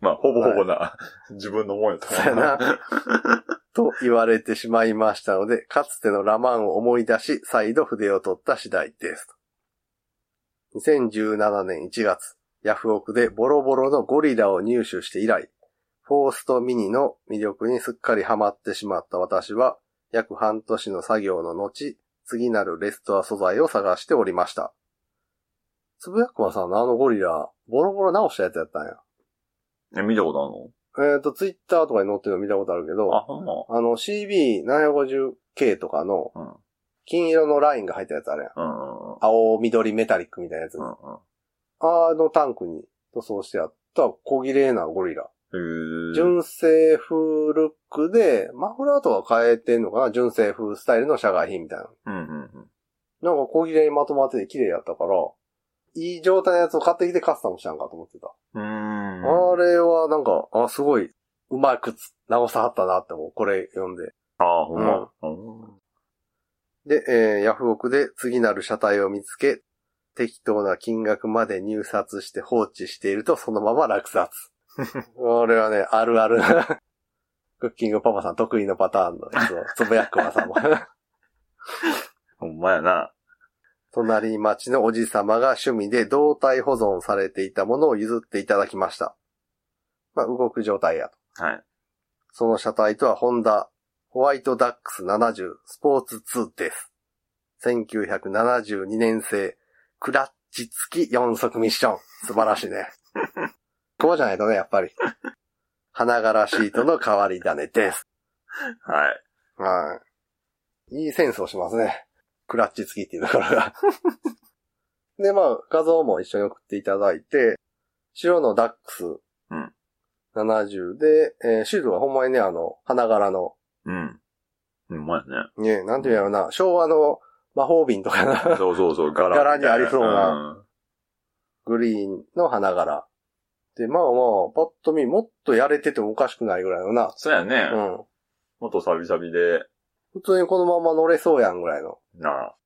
B: まあ、ほぼほぼな、自分のもんやったもん
A: そう と言われてしまいましたので、かつてのラマンを思い出し、再度筆を取った次第です。2017年1月、ヤフオクでボロボロのゴリラを入手して以来、フォーストミニの魅力にすっかりハマってしまった私は、約半年の作業の後、次なるレストア素材を探しておりました。つぶやくまさんのあのゴリラ、ボロボロ直したやつやったんや。
B: え、見たこと
A: えっ、と、ツイッターとかに載ってるの見たことあるけ
B: あ
A: ど
B: るの、あ、ほんま。
A: あの CB750K とかの
B: うん
A: 金色のラインが入ったやつあれやん。
B: うん。うん
A: 青、緑、メタリックみたいなやつ。あのタンクに塗装してあった小綺麗なゴリラ。
B: うん。へえ。
A: 純正風ルックで、マフラーとか変えてんのかな純正風スタイルの社外品みたいな。
B: うんうんうん。
A: なんか小綺麗にまとまってて綺麗やったから、いい状態のやつを買ってきてカスタムしたんかと思ってた。
B: うーん。
A: あれはなんか、あ、すごい、うまくつ直さはったなって思う。これ読んで。
B: ああ、ほんま。うん
A: で、えー、ヤフオクで次なる車体を見つけ、適当な金額まで入札して放置しているとそのまま落札。これはね、あるあ るな。クッキングパパさん得意のパターンのやつを、つぶやくまさんも。
B: ほんまやな。
A: 隣町のおじさまが趣味で胴体保存されていたものを譲っていただきました。まあ、動く状態やと。
B: はい。
A: その車体とはホンダ、ホワイトダックス70スポーツ2です。1972年製、クラッチ付き4足ミッション。素晴らしい ね。こうじゃないとね、やっぱり。花柄シートの代わり種です。
B: はい。
A: はい。いいセンスをしますね。クラッチ付きっていうところ が。で、まあ、画像も一緒に送っていただいて、白のダックス
B: うん
A: 70で、えーシートがほんまにね、あの、花柄の
B: うん。ほんまや ね。
A: ねえ、なんていうんやろな、昭和の魔法瓶とかな、
B: そうそうそう、柄
A: 柄にありそうな。グリーンの花柄。で、まあまあ、パッと見、もっとやれててもおかしくないぐらいのな。
B: そうや
A: う
B: ね。
A: ん。
B: もっとサビサビで、
A: 普通にこのまま乗れそうやんぐらいの。
B: なあ。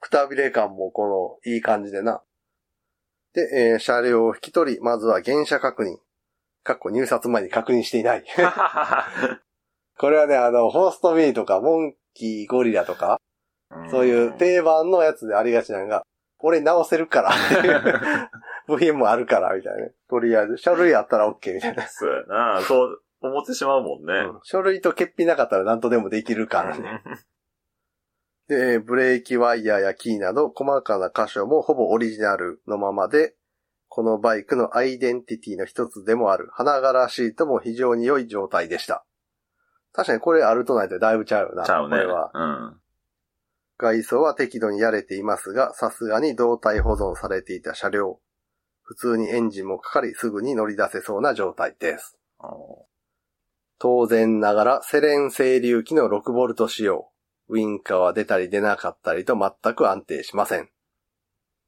A: くたびれ感もこの、いい感じでな。で、えー車両を引き取り、まずは原車確認。かっこ入札前に確認していない。 これはね、あの、ホーストミーとか、モンキー、ゴリラとか、そういう定番のやつでありがちなんが、俺直せるからっていう。 部品もあるから、みたいなね。とりあえず、書類あったら OK みたいな。
B: そうやな。そう、思ってしまうもんね。
A: 書類と欠品なかったら何とでもできるからね。で、ブレーキワイヤーやキーなど、細かな箇所もほぼオリジナルのままで、このバイクのアイデンティティの一つでもある、花柄シートも非常に良い状態でした。確かにこれあるとないとだいぶちゃうよな。
B: ちゃう
A: こ
B: ね。
A: れは。
B: うん。
A: 外装は適度にやれていますが、さすがに胴体保存されていた車両。普通にエンジンもかかり、すぐに乗り出せそうな状態です。
B: あ
A: 当然ながらセレン整流器の 6V 仕様。ウインカーは出たり出なかったりと全く安定しません。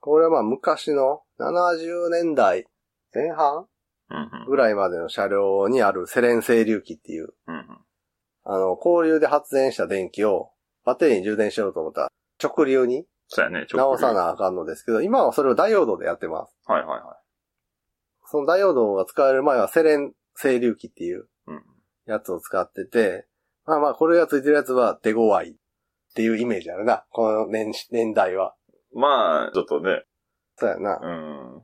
A: これはまあ昔の70年代前半
B: うん
A: ぐらいまでの車両にあるセレン整流器っていう、
B: うん。うん
A: あの、交流で発電した電気をバッテリーに充電しようと思ったら直流に
B: そうやね。
A: 直さ
B: い。
A: なあかんのですけど、今はそれをダイオードでやってます。
B: はいはいは
A: そのダイオードが使える前はセレン整流器っていう
B: い。うん。
A: やつを使ってて、まあまあ、これがついてるやつは手強いっていうイメージあるな。この年し、年代は。
B: まあ、ちょっとね。
A: そうやな。
B: うん。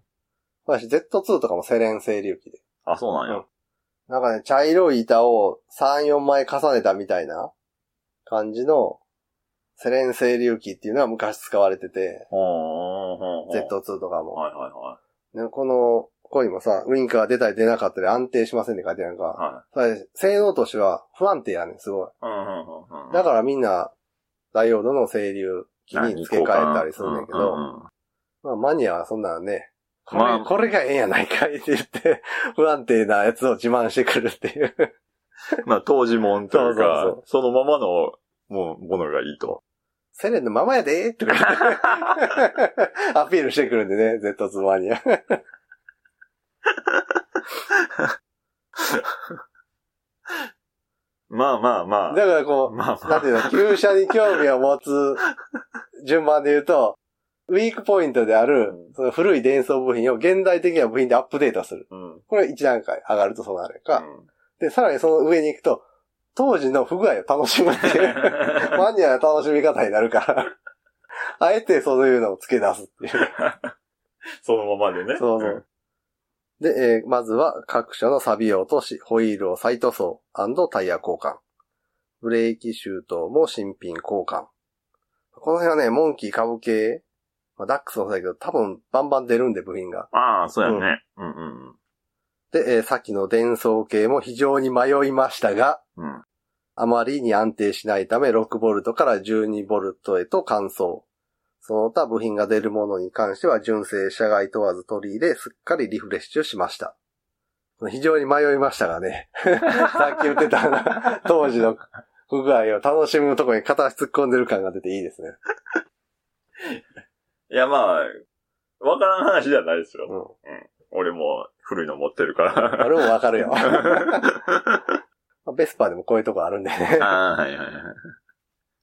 A: 私、Z2 とかもセレン清流機で。
B: あ、そうなんや。
A: うんなんかね、茶色い板を3、4枚重ねたみたいな感じのセレン清流機っていうのは昔使われてて、
B: ほーほーほー
A: Z2 とかも。
B: はいはいは
A: ねこの、ここにもさ、ウインカーが出たり出なかったり安定しませんって書いてあるから、
B: い。はい。
A: それ性能としては不安定やねん、すごい。
B: うんうんうんうん。
A: だからみんな、ダイオードの清流機に付け替えたりするんだけ
B: う
A: ど、
B: んうん
A: まあマニアはそんなのね、これ、
B: まあ
A: これがええんやないかいって言って、 不安定なやつを自慢してくるっていう。
B: まあ、当時もんとい
A: そ
B: うか、そう
A: そう
B: のままの、もう、ものがいいと。
A: セレンのままやでとか言って アピールしてくるんでね、Z2 マニア。
B: まあまあまあ。
A: だからこ
B: まあ
A: う、
B: ま
A: な
B: あ
A: んて。いうの、旧車に興味を持つ順番で言うと、ウィークポイントである、その古い伝送部品を現代的な部品でアップデートする。
B: うん。
A: これ一段階上がるとそうなる
B: う
A: か。
B: ん
A: で、さらにその上に行くと、当時の不具合を楽しむって いう、マニアの楽しみ方になるから、あえてそういうのを付け出すっていう。
B: そのままでね。
A: そうそう。で、えーまずは各所のサビを落とし、ホイールを再塗装タイヤ交換。ブレーキシュートも新品交換。この辺はね、モンキー株系、まあ、ダックスもそうだけど、多分バンバン出るんで、部品が。
B: うん。ああ、そうやね。うんうん
A: で、えーさっきの伝送系も非常に迷いましたが、
B: うん。うん。
A: あまりに安定しないため 6V から 12V へと乾燥。その他部品が出るものに関しては純正社外問わず取り入れすっかりリフレッシュしました。非常に迷いましたがね。 さっき言ってた な当時の不具合を楽しむとこに片足突っ込んでる感が出ていいですね。
B: いや、まあ、わからん話じゃないですよ。
A: うん。
B: 俺も古いの持ってるから。
A: 俺もわかるよ。
B: あ
A: ベスパーでもこういうとこあるんでね。
B: あ、はいはいはい。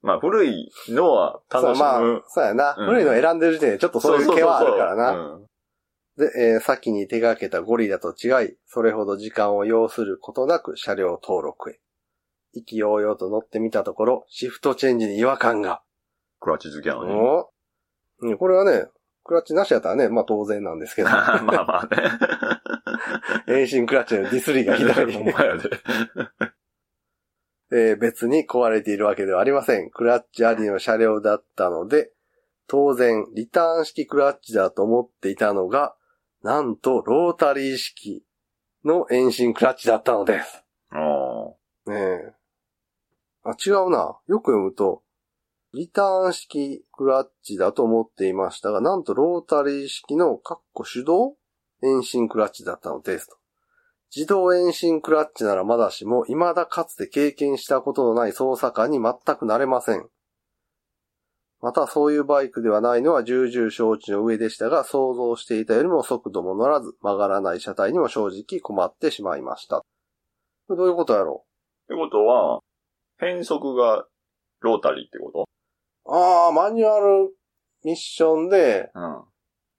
B: まあ、古いのは楽し
A: そうまあ
B: む。、
A: そうやな。
B: うん
A: 古いの選んでる時点でちょっとそういう気はあるからな。
B: そうそうそう
A: で、えー先に手掛けたゴリラと違い、それほど時間を要することなく車両登録へ。意気揚々と乗ってみたところ、シフトチェンジに違和感が。
B: クラッチ好きなのに。
A: おうんこれはね、クラッチなしやったらね、まあ当然なんですけど、
B: まあまあね。
A: 遠心クラッチのディスリーがひど
B: ほん
A: い、
B: まやで。
A: えー別に壊れているわけではありません。クラッチありの車両だったので、当然、リターン式クラッチだと思っていたのが、なんとロータリー式の遠心クラッチだったのです。
B: おー
A: ねえ。あ、違うな。よく読むと、リターン式クラッチだと思っていましたが、なんとロータリー式のカッコ手動遠心クラッチだったのですと。自動遠心クラッチならまだしも、未だかつて経験したことのない操作感に全くなれません。またそういうバイクではないのは重々承知の上でしたが、想像していたよりも速度も乗らず、曲がらない車体にも正直困ってしまいました。これどういうことやろう
B: ってことは、変速がロータリーってこ
A: ああ、マニュアルミッションで、
B: とうん。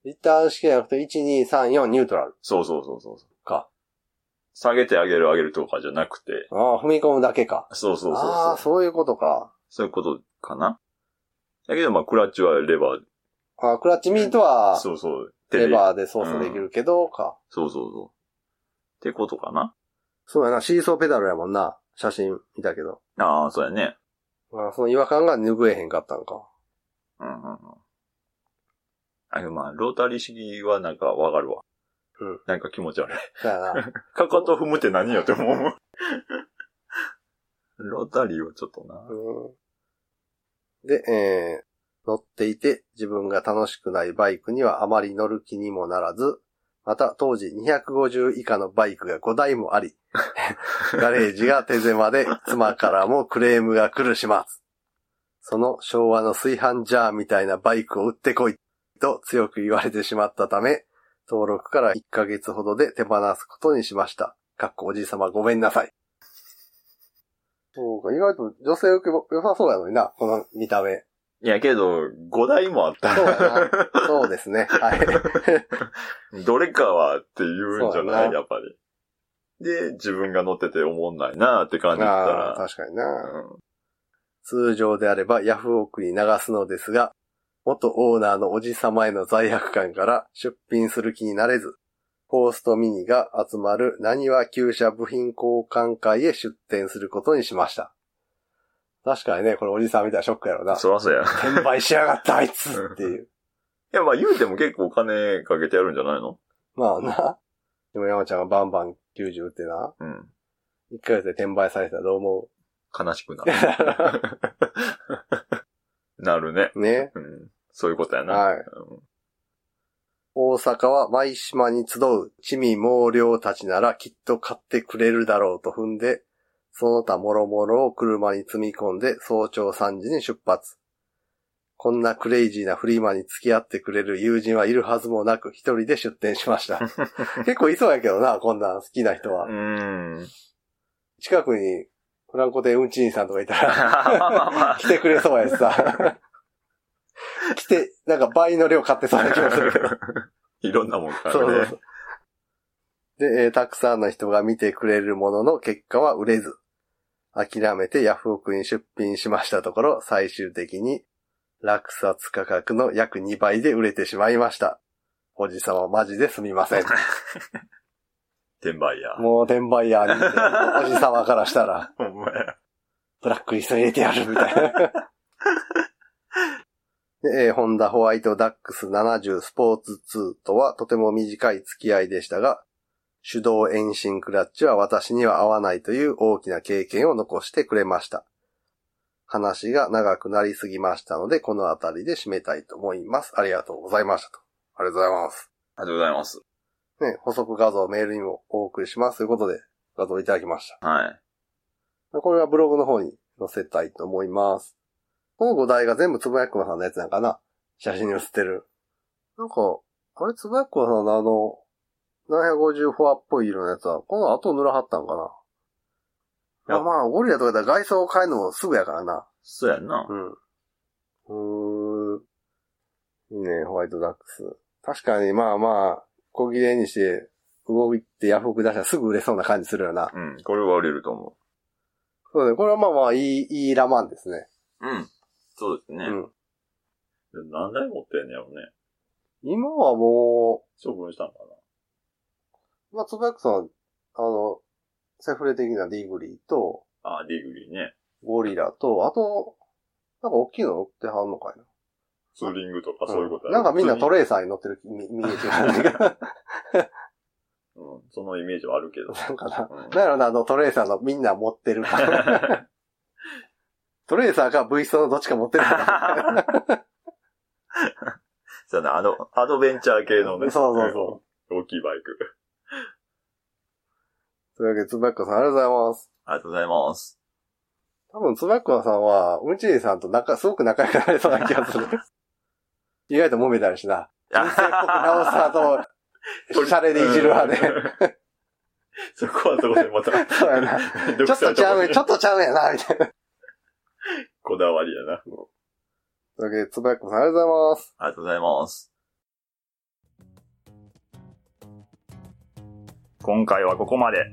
A: リターン式じゃなくて、1、2、3、4、ニュートラル
B: そうそうそうそう。
A: か。
B: 下げてあげるあげるとかじゃなくて、
A: ああ、踏み込むだけか。
B: そうそうそ
A: あ
B: うそ
A: あ、
B: う。
A: そういうことか。
B: そういうことかな。だけど、まあ、クラッチはレバ
A: あークラッチミートは
B: ー、、そうそう。手で
A: レバーで操作できるけど、か。
B: そうそうそう。ってことかな。
A: そうやな、シーソーペダルやもんな。写真見たけど。
B: ああ、そうやね。
A: あーその違和感が拭えへんかったんか。
B: うんうんうん。あ、でもまあ、ロータリー式はなんかわかるわ。
A: うん。
B: なんか気持ち悪い。
A: そうやな。
B: かかと踏むって何よって思う。ロータリーはちょっとな。
A: うんで、えー乗っていて自分が楽しくないバイクにはあまり乗る気にもならず、また当時250以下のバイクが5台も あり、ガレージが手狭で妻からもクレームが来る始末。その昭和の炊飯ジャーみたいなバイクを売ってこいと強く言われてしまったため、登録から1ヶ月ほどで手放すことにしました。かっこおじいさまごめんなさい。そうか、意外と女性受けも良さそうやのにな、この見た目。
B: いやけど、5台もあった
A: そうや
B: ら、
A: な。そうですね。はい。
B: どれかはって言うんじゃ
A: そう
B: な
A: や
B: い
A: な
B: やっぱり。で、自分が乗ってて思んないなって感じだった
A: ああ、
B: ら、
A: 確かにな。通常であればヤフオクに流すのですが、元オーナーのおじさまへの罪悪感から出品する気になれず、コーストミニが集まる何は旧車部品交換会へ出展することにしました。確かにね、これおじさん見たらショックやろ
B: う
A: な。
B: ん。そらそうや。い
A: 転売しやがったあいつっていう。
B: や、まあ言うても結構お金かけてやるんじゃないの
A: まあな。でも山ちゃんがバンバン90打ってな。
B: うん。
A: 1ヶ月で転売されたらどう思
B: 悲しくなる。なるね。
A: う ね。
B: うん。そういうことやな。
A: はい。大阪は舞島に集う地味猛量たちならきっと買ってくれるだろうと踏んで、その他諸々を車に積み込んで早朝3時に出発。こんなクレイジーなフリーマンに付き合ってくれる友人はいるはずもなく一人で出店しました。結構いそうやけどな、こんなん好きな人は。
B: うん。 うん。
A: 近くにフランコでうんちにさんとかいた
B: ま
A: ら
B: あまあまあ
A: 来てくれそうやしさ。 来て、なんか倍の量買って そうな気もするけど。
B: いろんなもんからね。
A: そうそうそう。で、えーたくさんの人が見てくれるものの結果は売れず、諦めてヤフオクに出品しましたところ、最終的に落札価格の約2倍で売れてしまいました。おじさまマジですみま せん。
B: 転売や。
A: もう転売ヤーに似てるおじさまからしたら、
B: ほんまや。
A: ブラックリストに入れてやるみたいな。で、えーホンダホワイトダックス70スポーツ2とはとても短い付き合いでしたが、手動遠心クラッチは私には合わないという大きな経験を残してくれました。話が長くなりすぎましたので、この辺りで締めたいと思います。ありがとうございましたと。ありがとうございます。
B: ありがとうございます。
A: ね、補足画像メールにもお送りしますということで、画像いただきました。
B: はい。
A: これはブログの方に載せたいと思います。この5台が全部つぶやくまさんのやつなんかな写真に写ってる。なんか、あれつぶやくまさんのあの、750フォアっぽい色のやつは、この後塗らはったんかないい
B: や
A: や、まあ、ゴリラとかだったら外装を変えるのもすぐやからな。
B: そうやんな。
A: うん。うーん。いいね、ホワイトダックス。確かに、まあまあ、小切れにして、動いてヤフオク出したらすぐ売れそうな感じするよな。
B: うん。これは売れると思
A: そうね、これはまあまあ、いい、いいラマンですね。
B: う。うん。そうですね
A: う。ん。
B: 何台持ってんねやろね。
A: 今はも
B: 処分したんか
A: う、まあ、つばやくさん、あの、セフレ的なディグリーと、
B: な。あ、ディグリーね。
A: ゴリラと、あと、なんか大きいの乗ってはんのかいな。
B: ツーリングとかそういうこと
A: なんかみんなト
B: れ。
A: レーサーに乗ってる イメイメージがあるんだけど、
B: うん。そのイメージはあるけど。
A: なんかな。
B: うん
A: だからな、あのトレーサーのみんな持ってるから。トレーサーか V ストのどっちか持ってるから。
B: そうやな、あの、アドベンチャー系のね。
A: そうそうそ
B: うん。大きいバイク。
A: というわけで、つばやくさんありがとうございます。
B: ありがとうございます。
A: 多分、つばやくさんは、うんちりさんと仲、すごく仲良くなれそうな気がする。意外と揉めたりしな。人生っぽく直したと、 シャレでいじるわね。
B: うん。そこはそこでまた。
A: そうやな
B: 読
A: ちょ
B: 者
A: っとちゃう、ちょっとちゃうやな、み たいな。
B: こだわりやな。
A: というわけで、つばやくさんありがとうございます。
B: ありがとうございます。
C: 今回はここまで。